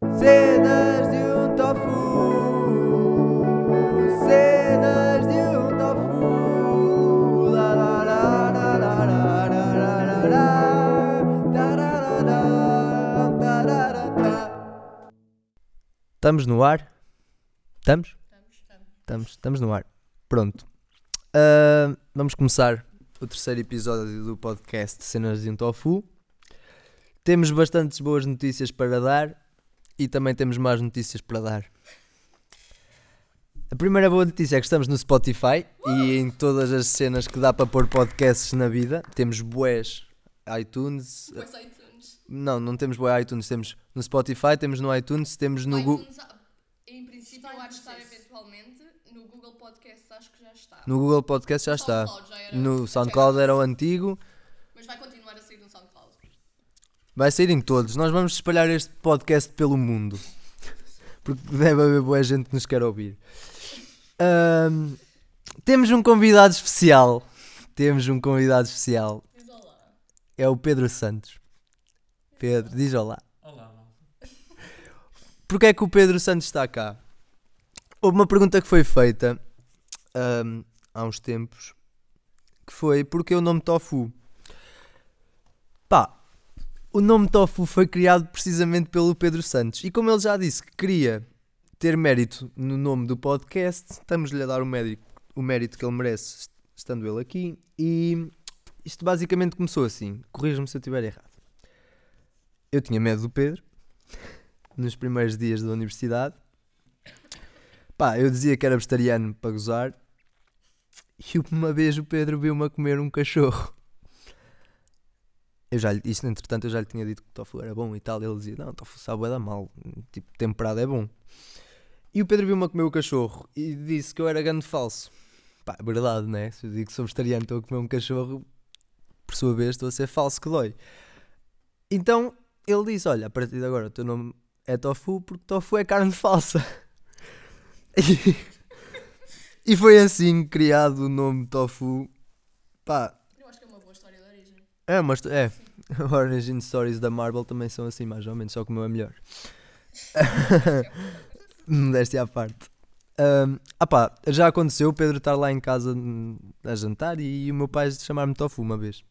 Cenas de um tofu. Cenas de um tofu. Lá, lá, lá, lá, lá, lá, lá, lá, lá, lá. Tararará, tararará. Estamos no ar? Estamos? Estamos, estamos no ar. Pronto. Ah, vamos começar o terceiro episódio do podcast Cenas de um Tofu. Temos bastantes boas notícias para dar e também temos más notícias para dar. A primeira boa notícia é que estamos no Spotify e em todas as cenas que dá para pôr podcasts na vida. Temos bués iTunes. Pois iTunes. Não, não temos bué iTunes, temos no Spotify, temos no iTunes, temos no Google. iTunes, ah, em princípio, Está em eu acho que está processo. eventualmente. No Google Podcasts acho que já está. No Google Podcast já está. SoundCloud já era- No já SoundCloud era- era o antigo. Mas vai continuar a sair no SoundCloud. Vai sair em todos. Nós vamos espalhar este podcast pelo mundo. Porque deve haver boa gente que nos quer ouvir. Ahm, temos um convidado especial. Temos um convidado especial. Diz olá. É o Pedro Santos. Pedro, diz olá. Olá, malta. Porquê é que o Pedro Santos está cá? Houve uma pergunta que foi feita ahm, há uns tempos que foi porquê o nome Tofu? Pá, o nome Tofu foi criado precisamente pelo Pedro Santos e como ele já disse que queria ter mérito no nome do podcast, estamos-lhe a dar o mérito, o mérito que ele merece est- estando ele aqui e isto basicamente começou assim, corrija-me se eu estiver errado. Eu tinha medo do Pedro nos primeiros dias da universidade. Pá, eu dizia que era vegetariano para gozar. E uma vez o Pedro viu-me a comer um cachorro. Eu já lhe, isto, entretanto, eu já lhe tinha dito que o tofu era bom e tal. Ele dizia: Não, tofu sabe é da mal. Tipo, temperado é bom. E o Pedro viu-me a comer o cachorro e disse que eu era grande falso. Pá, é verdade, né? Se eu digo que sou vegetariano e estou a comer um cachorro, por sua vez, estou a ser falso que dói. Então ele disse: Olha, a partir de agora o teu nome é tofu porque tofu é carne falsa. E, e foi assim criado o nome tofu. Pá, Eu acho que é uma boa história de origem. é, mas é. Origin Stories da Marvel também são assim, mais ou menos, só que o meu é melhor. Modéstia à é parte. Ahm, ah pá, já aconteceu o Pedro estar lá em casa hum, a jantar e o meu pai chamar-me tofu uma vez.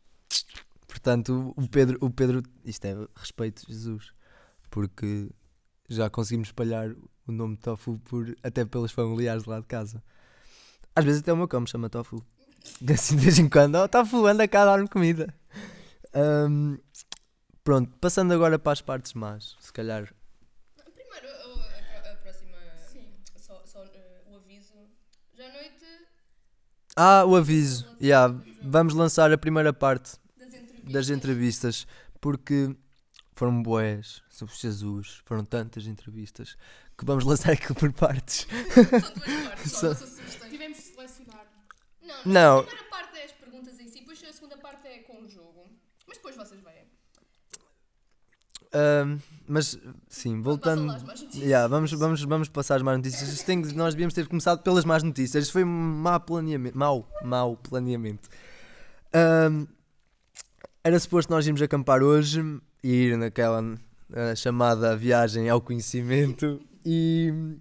Portanto, o Pedro, o Pedro, isto é respeito Jesus, porque já conseguimos espalhar o nome tofu por, até pelos familiares lá de casa. Às vezes até o meu cão me chama tofu. Assim, de vez em quando, oh, tofu, anda cá a dar-me comida. Ahm, pronto, passando agora para as partes más, se calhar. Primeiro, a, a- a próxima. Sim. Só, só, eh, o aviso. Já à noite Ah, o aviso. Yeah, vamos lançar a primeira parte das entrevistas. das entrevistas, porque foram boés, sobre Jesus, foram tantas entrevistas que vamos lançar aquilo por partes. São duas partes, só, Só- não se assustem. Tivemos de selecionar. Não, Não. A primeira parte é as perguntas em si, depois a segunda parte é com o jogo. Mas depois vocês veem. Ahm, mas, sim, Passam lá voltando. as más notícias. Yeah, vamos, vamos, vamos passar as más notícias. Isto tem que- nós devíamos ter começado pelas más notícias. Isto foi um má planeamento. Mau, mau planeamento. Ahm, era suposto nós irmos acampar hoje e ir naquela ah, chamada viagem ao conhecimento. E.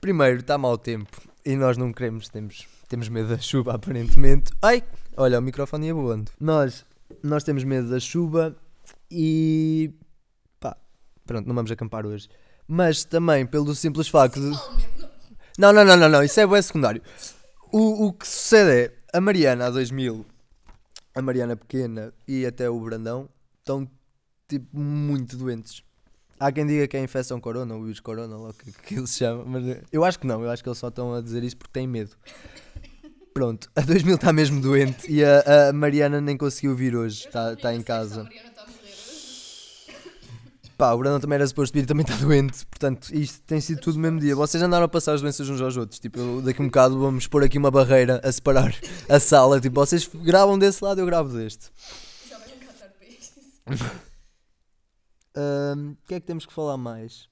Primeiro, está mau tempo e nós não queremos, temos, temos medo da chuva aparentemente. Ai! Olha, o microfone ia voando. Nós, nós temos medo da chuva e. pá, pronto, não vamos acampar hoje. Mas também pelo simples facto de. Totalmente. Não, Não, não, não, não, não, isso é bué secundário. O, o que sucede é, a Mariana, a 2000, a Mariana pequena e até o Brandão estão, tipo, muito doentes. Há quem diga que é infecção corona, ou vírus corona, ou lá o que, que eles chamam, mas eh, eu acho que não, eu acho que eles só estão a dizer isso porque têm medo. Pronto, a 2000 está mesmo doente e a, a Mariana nem conseguiu vir hoje, eu está já está em morri, eu sei que casa. A Mariana está a morrer. Pá, o Brandon também era suposto vir e também está doente. Portanto, isto tem sido tudo no mesmo dia. Vocês andaram a passar as doenças uns aos outros. Tipo, eu, daqui a um bocado vamos pôr aqui uma barreira a separar a sala. Tipo, vocês gravam desse lado, eu gravo deste. Já vai me catar para isto. Ahm, O que é que temos que falar mais?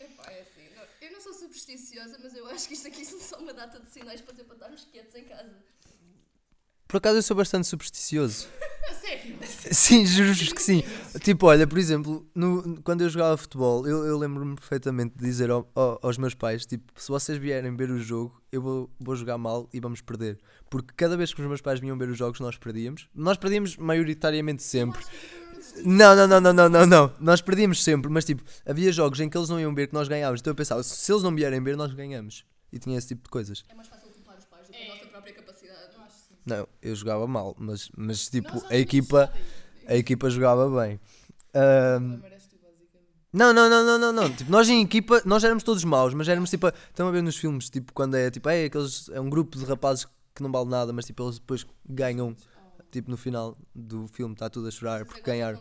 Epá, é assim. não- eu não sou supersticiosa, mas eu acho que isto aqui são só uma data de sinais para ter para estarmos quietos em casa. Por acaso eu sou bastante supersticioso. A É sério? Sim, juro-vos que sim. Tipo, olha, por exemplo, no- quando eu jogava futebol, eu, eu lembro-me perfeitamente de dizer ao- ao- aos meus pais: tipo, se vocês vierem ver o jogo, eu vou, vou jogar mal e vamos perder. Porque cada vez que os meus pais vinham ver os jogos, nós perdíamos. Nós perdíamos maioritariamente sempre. Não, não, não, não, não, não, não. Nós perdíamos sempre, mas tipo, havia jogos em que eles não iam ver que nós ganhávamos. Então eu pensava: se eles não vierem ver, nós ganhamos. E tinha esse tipo de coisas. É mais fácil culpar os pais do que a nossa própria capacidade. É. Eu acho sim. Não, eu jogava mal, mas, mas tipo, Nós não a temos equipa, nada a equipa jogava bem. Ahm, Amares tu, basicamente. não, não, não, não, não, não. Tipo, nós em equipa, nós éramos todos maus, mas éramos tipo. a- Estão a ver nos filmes, tipo, quando é tipo, é, aqueles, é um grupo de rapazes que não vale nada, mas tipo, eles depois ganham. Tipo, no final do filme está tudo a chorar porque ganharam.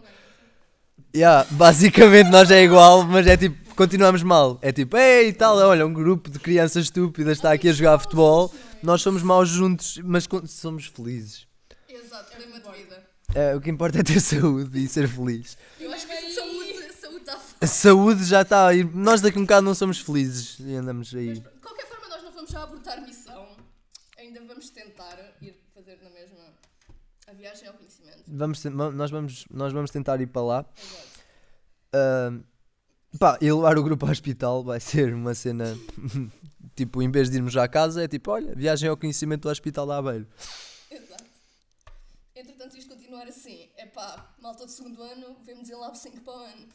Yeah, basicamente nós é igual, mas é tipo, continuamos mal. É tipo, ei tal, olha, um grupo de crianças estúpidas está aqui a jogar futebol, nós somos maus juntos, mas con- somos felizes. Exato, problema de vida. É, o que importa é ter saúde e ser feliz. Eu acho que a saúde, a saúde está foda. A saúde já está aí. Nós daqui a um bocado não somos felizes e andamos Mas aí. de qualquer forma, nós não vamos já abortar missão. Ainda vamos tentar ir fazer na mesma a viagem ao conhecimento. Vamos, te- va- nós, vamos, nós vamos tentar ir para lá. Exato. Ahm, pá, e levar o grupo ao hospital vai ser uma cena. tipo, em vez de irmos já à casa, é tipo, olha, viagem ao conhecimento do hospital da Aveiro. Exato. Entretanto, se isto continuar assim, é pá, malta do segundo ano, vemos em Lab 5 para o ano.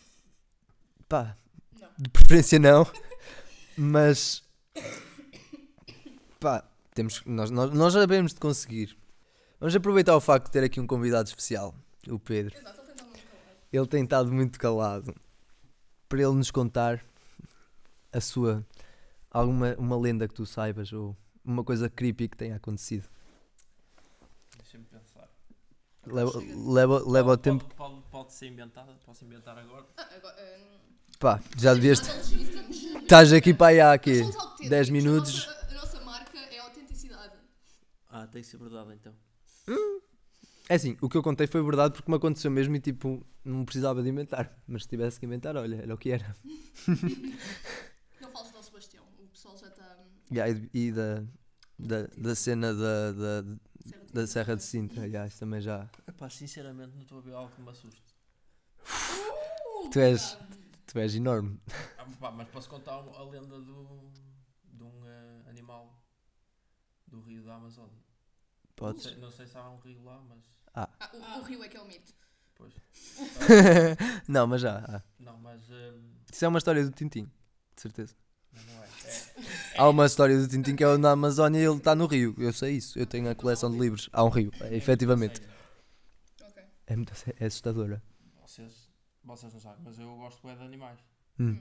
Pá, Não. de preferência não. Mas. Pá, temos, nós, nós, nós já de conseguir. Vamos aproveitar o facto de ter aqui um convidado especial, o Pedro. Exato, ele tenta muito calar. Ele tem estado muito calado para ele nos contar a sua alguma uma lenda que tu saibas ou uma coisa creepy que tenha acontecido. Deixa-me pensar. Leva, leva, leva o Pode- tempo. Pode, pode ser inventada, posso inventar agora. Ah, agora. hum, Pá, já devias. nós somos autênticos. Estás aqui para aí há Nós aqui somos autênticos. 10 A minutos. nossa- A nossa marca é a autenticidade. Ah, tem que ser verdade então. É assim, o que eu contei foi verdade porque me aconteceu mesmo e tipo, não precisava de inventar. Mas se tivesse que inventar, olha, era o que era. Não fales do Sebastião, o pessoal já está. hum, Ya, e e da, da, da cena da, da, certo. da Serra de Sintra, ya, isso também já. Epá, sinceramente não estou a ver algo que me assuste. Uh, Tu és, cuidado. tu és enorme. Ah, pá, mas posso contar um- a lenda do, de um eh, animal do rio da Amazónia. Não Podes. sei, não sei se há um rio lá, mas. Ah, o, o Rio é que é o mito. Pois. não, mas já. há. Não, mas. ehm, Isso é uma história do Tintim, de certeza. não, não é. É, Há uma história do Tintim que é na Amazónia e ele está no rio. Eu sei isso. Eu tenho a coleção de livros. Há um rio, é, é efetivamente. muito sério. Ok. É, muito, ass- é assustadora. Vocês, vocês não sabem, mas eu gosto bué de animais. Hum.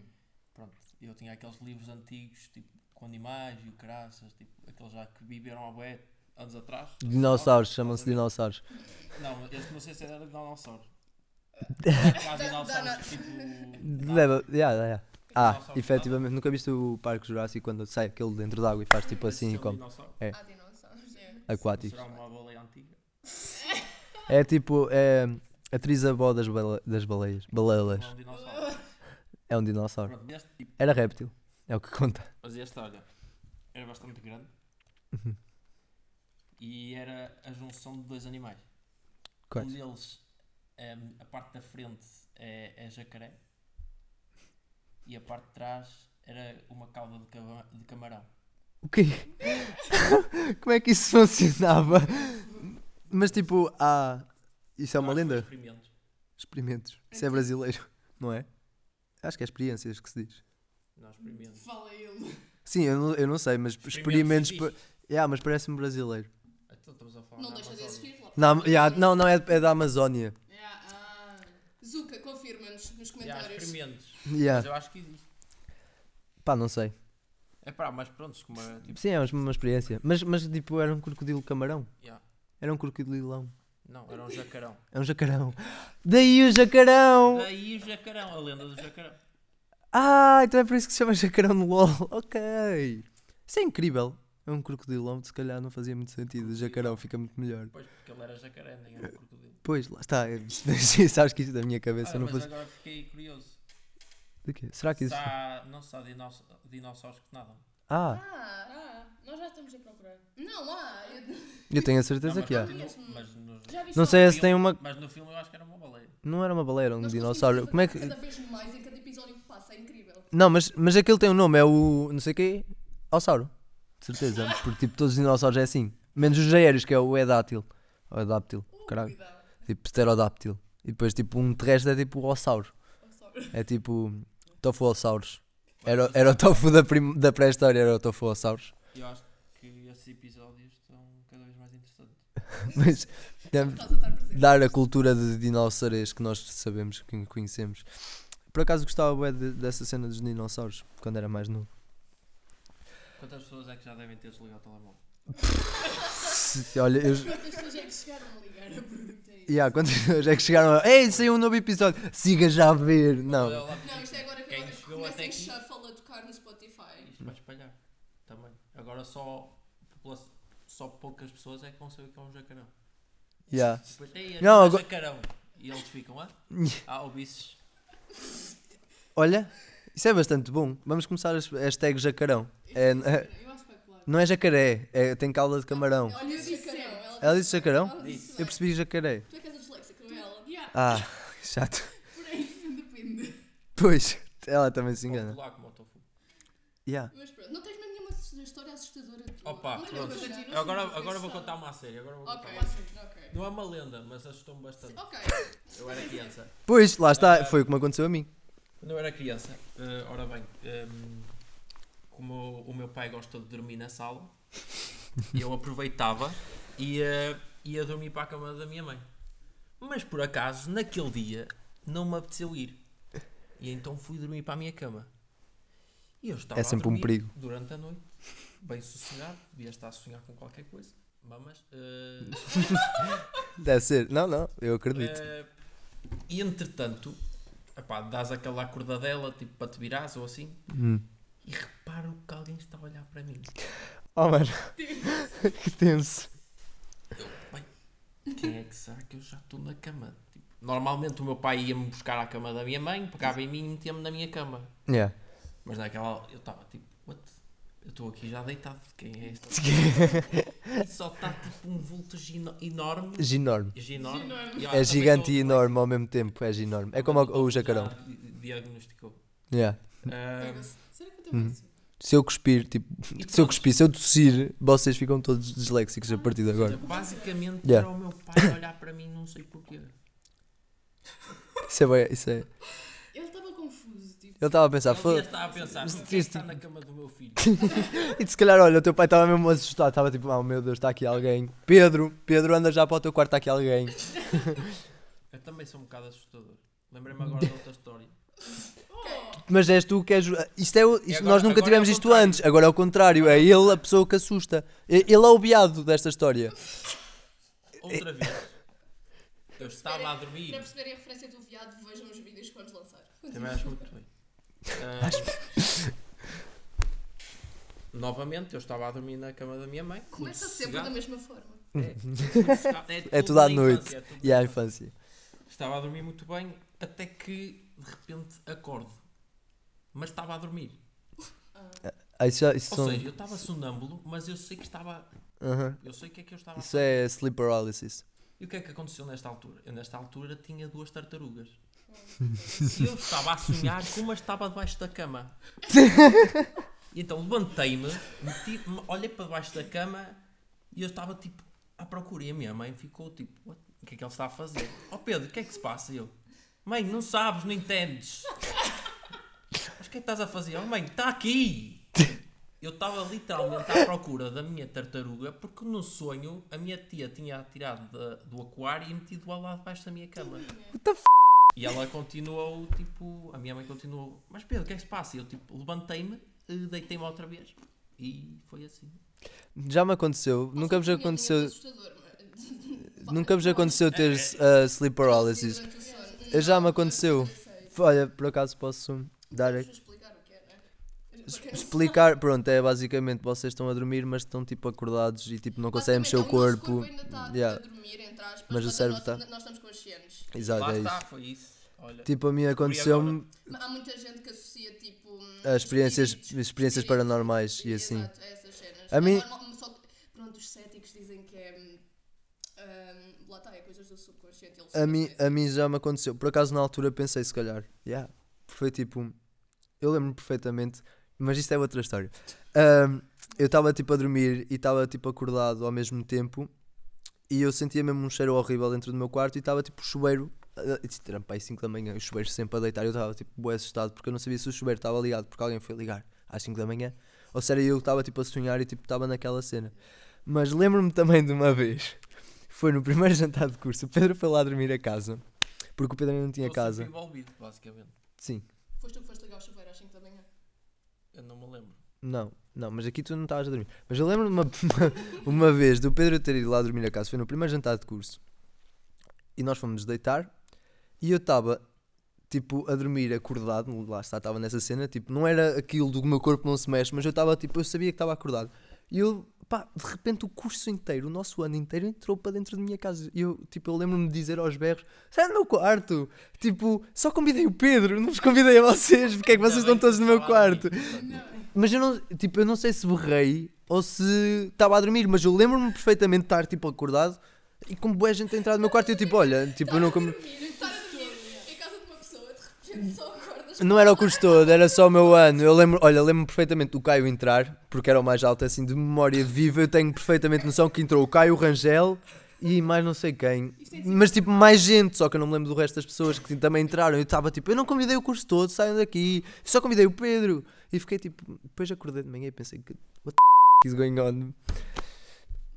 Pronto, eu tinha aqueles livros antigos, tipo, com animais e o caraças, tipo, aqueles já que viveram há bué anos atrás. Dinossauros, chamam-se dinossauros. Não, este não sei se era de dinossauro. Da- Caso da- dinossauros, tipo. Deve, yeah, yeah, yeah. Ah, Dinossauro. efetivamente. Nunca viste o Parque Jurássico quando sai aquele dentro d'água e faz tipo assim Isso é um como tipo dinossauro? Há dinossauros. é. aquático. Será uma baleia antiga? É tipo, é a trisavó das, bale- das baleias. Balelas. Não, um dinossauro. É um dinossauro. Pronto, este tipo. Era réptil. É o que conta. Mas este, olha, era bastante grande. Uhum. E era a junção de dois animais. Um Quais? deles, ehm, a parte da frente é, é jacaré. E a parte de trás era uma cauda de, cava- de camarão. O quê? Como é que isso funcionava? Mas tipo, há. Isso é uma Eu acho que foi lenda? experimentos. Experimentos. Isso é brasileiro, não é? Acho que é experiências que se diz. Não, experimentos. Fala ele. Sim, eu não, eu não sei, mas experimentos. Experimentos pa- Yeah, mas parece-me brasileiro. Então estamos a falar Não na deixa de Amazónia. existir, lá. Não, yeah, não, não é, é da Amazónia. É, ah. Zuka, confirma-nos nos Já, comentários. experimentos. Mas Yeah. eu acho que existe. Pá, não sei. É pá, mas pronto, como é, tipo, Sim, é uma uma experiência. Mas, mas tipo, era um crocodilo camarão. já. Era um crocodilão. não, era um jacarão. É um jacarão. Daí o jacarão! Daí o jacarão, a lenda do jacarão. Ah, então é por isso que se chama jacarão no LOL. Ok. Isso é incrível. É um crocodilão, se calhar não fazia muito sentido. O jacarão fica muito melhor. Pois, porque ele era jacaré, nem era crocodilo. Pois, lá está. É, Sabes que isso da minha cabeça Olha, não Ah, mas fosse. agora fiquei curioso. De quê? Será que Se isso. há, não se há dinoss- dinossauros que nadam. Ah, Ah, ah, nós já estamos a procurar. Não há. Eu... Eu tenho a certeza Não, mas é que há. continua- Mesmo. Mas, no- Já viste Não sei algum- se tem uma. mas no filme eu acho que era uma baleia. Não era uma baleia, era um Nós dinossauro. conseguimos Como é fazer que. Cada vez mais em cada episódio que passa, é incrível. Não, mas, mas aquele tem um nome, é o. não sei quê. Ossauro. De certeza. Porque tipo, todos os dinossauros é assim. Menos os aéreos, que é o edátil. O edáptil. Caralho. Cuidado. Tipo pterodáptil. E depois tipo um terrestre é tipo o ossauro. I'm sorry. É tipo. Tofuossauros. Era, era o tofu da, prim- da pré-história, era o tofuossauros. Eu acho que esses episódios estão cada vez mais interessantes. Mas. tem- Estás a estar presente. dar a cultura de dinossauros que nós sabemos, que conhecemos. Por acaso gostava bué de- dessa cena dos dinossauros, quando era mais novo. Quantas pessoas é que já devem ter desligado o telemóvel? Se- Olha, eu, Quantas pessoas é que chegaram a ligar a perguntar isso? yeah, quantas pessoas é que chegaram a... Ei, saiu um novo episódio! Siga já a ver! Não, Olha lá, Não, isto é agora que Quem agora chegou começa até em aqui? shuffle a tocar no Spotify. É Isto vai espalhar também. Agora só, popula- só poucas pessoas é que vão saber o que é um jacarão. yeah. Depois, "Ei, é Não, um agora- jacarão. E eles ficam, ah? Ah, obices. Olha, isso é bastante bom. Vamos começar as hashtag jacarão. É, é- Eu acho que vai colar. não é jacaré, é, tem cauda de camarão. Olha, eu disse Jacarão. não, Ela disse jacarão? Ela disse Então? Eu bem. percebi jacaré. Tu é que és a disléxica, não é ela? Yeah, Ah, chato. por aí depende. Pois, ela também se Ou engana. colar como o tofu. Yeah. Mas pronto, não tens mesmo nenhuma história é assustadora tua. Opa, Olha, pronto. eu já- Continua. Eu Agora, Não sei se agora vou sabe. contar uma a sério. Agora vou contar Ok, uma a sério. ok. Não é uma lenda, mas assustou-me bastante. Ok, Eu era criança. Pois, lá está, foi o que me aconteceu a mim. Quando eu era criança, eh, ora bem, ehm, como o meu pai gosta de dormir na sala, eu aproveitava e eh, ia dormir para a cama da minha mãe. Mas por acaso, naquele dia, não me apeteceu ir. E então fui dormir para a minha cama. E eu estava É sempre a um dormir perigo. durante a noite, bem sossegado, devia estar a sonhar com qualquer coisa, mamas. eh, Deve ser. Não, não, eu acredito. Eh, e entretanto, epá, dás aquela acordadela tipo para te virares ou assim Hum. e reparo que alguém está a olhar para mim. Oh, mano. que tenso. Quem é que será que eu já estou na cama? Tipo, normalmente o meu pai ia-me buscar à cama da minha mãe, pegava em mim e metia-me na minha cama. Yeah. Mas naquela eu estava tipo, what? Eu estou aqui já deitado, quem é este? e só está tipo um vulto gino- enorme. Ginorme. Ginorme. Ginorme. E, ó, É também gigante e estou- enorme ao mesmo tempo. É ginorme. É como o, o jacarão. Já di- Diagnosticou. Yeah. Ah, Será que eu Hum. também sou? Se eu cuspir, tipo, se e eu pronto. cuspir, se eu tossir, vocês ficam todos disléxicos a partir de agora. Basicamente Yeah. Tá era o meu pai a olhar para mim, não sei porquê. Isso é bem, isso é. Ele estava confuso, tipo. Eu estava a pensar, Ele devia foda estar a pensar, Mas "Por que triste. está na cama do meu filho? E se calhar, olha, o teu pai estava mesmo assustado. Estava tipo, ah, meu Deus, está aqui alguém. Pedro, Pedro, anda já para o teu quarto, está aqui alguém. Eu também sou um bocado assustador. Lembrei-me agora de outra história. Oh, Mas és tu que és. Isto é, o- isto- agora- nós nunca agora é tivemos ao isto contrário. antes. Agora é o contrário. É ele a pessoa que assusta. É- Ele é o beado desta história. Outra vez. Eu estava a dormir. para perceberem a referência do viado, vejam os vídeos que vamos lançar. Também acho muito bem. Ah, novamente, eu estava a dormir na cama da minha mãe. Começa sempre da mesma forma. mesma É tudo à na noite. infância, é tudo E na à infância. infância. Estava a dormir muito bem, até que de repente acordo. Mas estava a dormir. Ah, isso, já- isso Ou são- seja, eu estava sonâmbulo, mas eu sei que estava. Aham. Eu sei o que é que eu estava a Isso é sleep paralysis. E o que é que aconteceu nesta altura? Eu, nesta altura, tinha duas tartarugas. E eu estava a sonhar com uma estava debaixo da cama. E então levantei-me, meti- me- olhei para debaixo da cama e eu estava tipo à procura. E a minha mãe ficou tipo: "What? O que é que ele está a fazer? Ó Pedro, o que é que se passa? E eu: Mãe, não sabes, não entendes. Mas o que é que estás a fazer? Oh, mãe, está aqui! Eu estava literalmente à procura da minha tartaruga porque no sonho a minha tia tinha tirado da- do aquário e metido ao lado debaixo da minha cama. E ela continuou, tipo, a minha mãe continuou, mas Pedro, o que é que se passa? E Eu, tipo, levantei-me, eh, deitei-me outra vez e foi assim. Já me aconteceu. nunca vos Tinha- tinha aconteceu. assustador, é mas- Nunca vos aconteceu É, ter uh, sleep paralysis. Durante o sono. Eu já me aconteceu. Olha, por acaso posso dar Vamos aqui. explicar o que é, não é? Explicar, pronto, é basicamente vocês estão a dormir, mas estão tipo acordados e tipo não conseguem mexer o Basicamente, é nosso corpo. ainda está Yeah. a dormir, entre aspas, Mas o nós- cérebro nós- está. Nós estamos conscientes. Exato, Lá é está, isso. foi isso. Olha, Tipo, a mim aconteceu-me Há muita gente que associa tipo. a experiências, espíritos, experiências espíritos, paranormais e assim. Exato, a essas cenas. A mim- normal- é, hum, a mim, a mim já me aconteceu. Por acaso, na altura, pensei, se calhar, yeah. foi tipo, eu lembro-me perfeitamente, mas isto é outra história. Ahm, eu estava tipo a dormir e estava tipo acordado ao mesmo tempo e eu sentia mesmo um cheiro horrível dentro do meu quarto e estava tipo o chuveiro, ah, isto era para aí 5 da manhã, o chuveiro sempre a deitar. Eu estava tipo bué assustado porque eu não sabia se o chuveiro estava ligado porque alguém foi ligar às 5 da manhã ou se era eu que estava tipo a sonhar e tipo estava naquela cena. Mas lembro-me também de uma vez, foi no primeiro jantar de curso, o Pedro foi lá dormir a casa porque o Pedro ainda não tinha Estou sempre casa. envolvido, basicamente. Sim. Foste tu que foste ligar o chuveiro às 5 da manhã. Eu não me lembro. Não, não, mas aqui tu não estavas a dormir. Mas eu lembro-me uma, uma, uma vez do Pedro ter ido lá dormir a casa, foi no primeiro jantar de curso. E nós fomos deitar e eu estava, tipo, a dormir acordado, lá está, estava nessa cena, tipo, não era aquilo do que o meu corpo não se mexe, mas eu estava, tipo, eu sabia que estava acordado. E eu, pá, de repente o curso inteiro, o nosso ano inteiro entrou para dentro da minha casa. E eu, tipo, eu lembro-me de dizer aos berros, sai do meu quarto, tipo, só convidei o Pedro, não vos convidei a vocês, porque é que Ainda vocês bem estão que todos no meu estava a quarto? dormir. Mas eu não, tipo, eu não sei se berrei ou se estava a dormir, mas eu lembro-me perfeitamente de estar tipo acordado e com boa gente a entrar no meu quarto e eu tipo, olha, tipo, eu não como... Estar a dormir em casa de uma pessoa, de repente só acordas. Não era o curso todo, era só o meu ano. Eu lembro, olha, lembro-me perfeitamente do Caio entrar, porque era o mais alto, assim, de memória viva. Eu tenho perfeitamente noção que entrou o Caio, o Rangel e mais não sei quem. Mas tipo, mais gente, só que eu não me lembro do resto das pessoas que também entraram. Eu estava tipo, eu não convidei o curso todo, saiam daqui. Só convidei o Pedro. E fiquei tipo, depois acordei de manhã e pensei que, what the f is going on?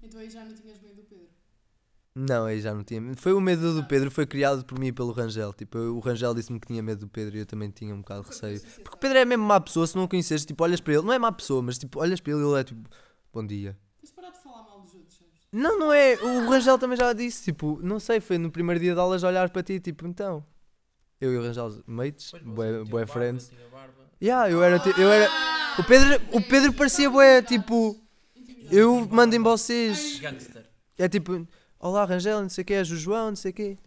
Então aí já não tinhas medo do Pedro. Não, aí já não tinha. Foi o medo do Pedro, foi criado por mim e pelo Rangel. Tipo, eu- o Rangel disse-me que tinha medo do Pedro e eu também tinha um bocado de receio. Porque o Pedro é mesmo má pessoa, se não o conheces, tipo, olhas para ele, não é má pessoa, mas tipo, olhas para ele e ele é tipo, bom dia. Tens de parar de falar mal dos outros, sabes? Não, não é. O Rangel também já disse, tipo, não sei, foi no primeiro dia de aulas olhar para ti, tipo, então. Eu e o Rangel, mates, Pois, vocês bué tinham bué barba, friends. tinha barba. Yeah, eu era, ti- eu era. O Pedro, o Pedro parecia bué, tipo, eu mando em vocês. Gangster. É tipo, olá Rangel, não sei o quê, és o João, não sei o quê.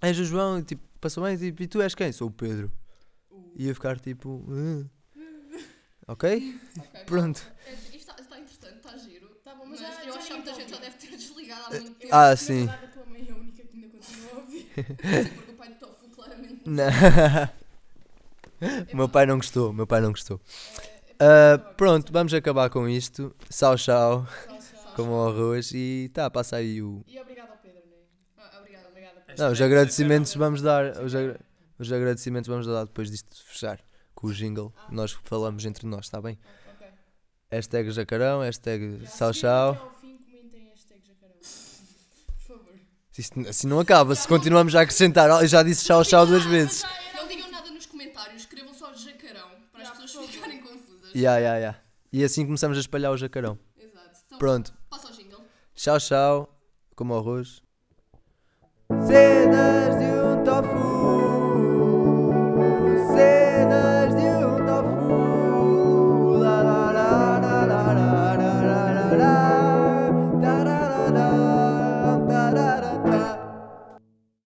És o João, e, tipo, passou bem, tipo, e tu és quem? Sou o Pedro. E eu ficar tipo, "Ah." ok? Ok, Pronto. É, Isto está está interessante, está giro. Tá bom, Mas mas já, eu já acho que ninguém muita tá gente já ouvindo. deve ter desligado há muito tempo. Ah, Na sim. verdade, a tua mãe é a única que ainda continua a ouvir. Sim, porque o pai do Tofu claramente não Não. meu pai não gostou, meu pai não gostou. Ah, É, pronto, vamos acabar com isto. Tchau, tchau, Tchau, tchau. como o arroz. E tá, passa aí o. E obrigado ao Pedro, né? Ah, obrigada, obrigada. por- Não, os é agradecimentos vamos dar. Os, agra- os agradecimentos vamos dar depois disto fechar com o jingle. Nós falamos entre nós, está bem? Ok. Hashtag Jacarão, hashtag Já, se Sal virem Chau. até ao fim, comentem hashtag jacarão. Por favor. Isto n- assim não acaba, se continuamos a acrescentar. Olha, Eu já disse tchau, tchau Ah, duas vezes. Não digam nada nos comentários, escrevam só jacarão para as Já, por pessoas favor. ficarem confusas. Ya, ya, ya. E assim começamos a espalhar o jacarão. Exato. Então, Pronto, passa o jingle. tchau, tchau. Como arroz. Cenas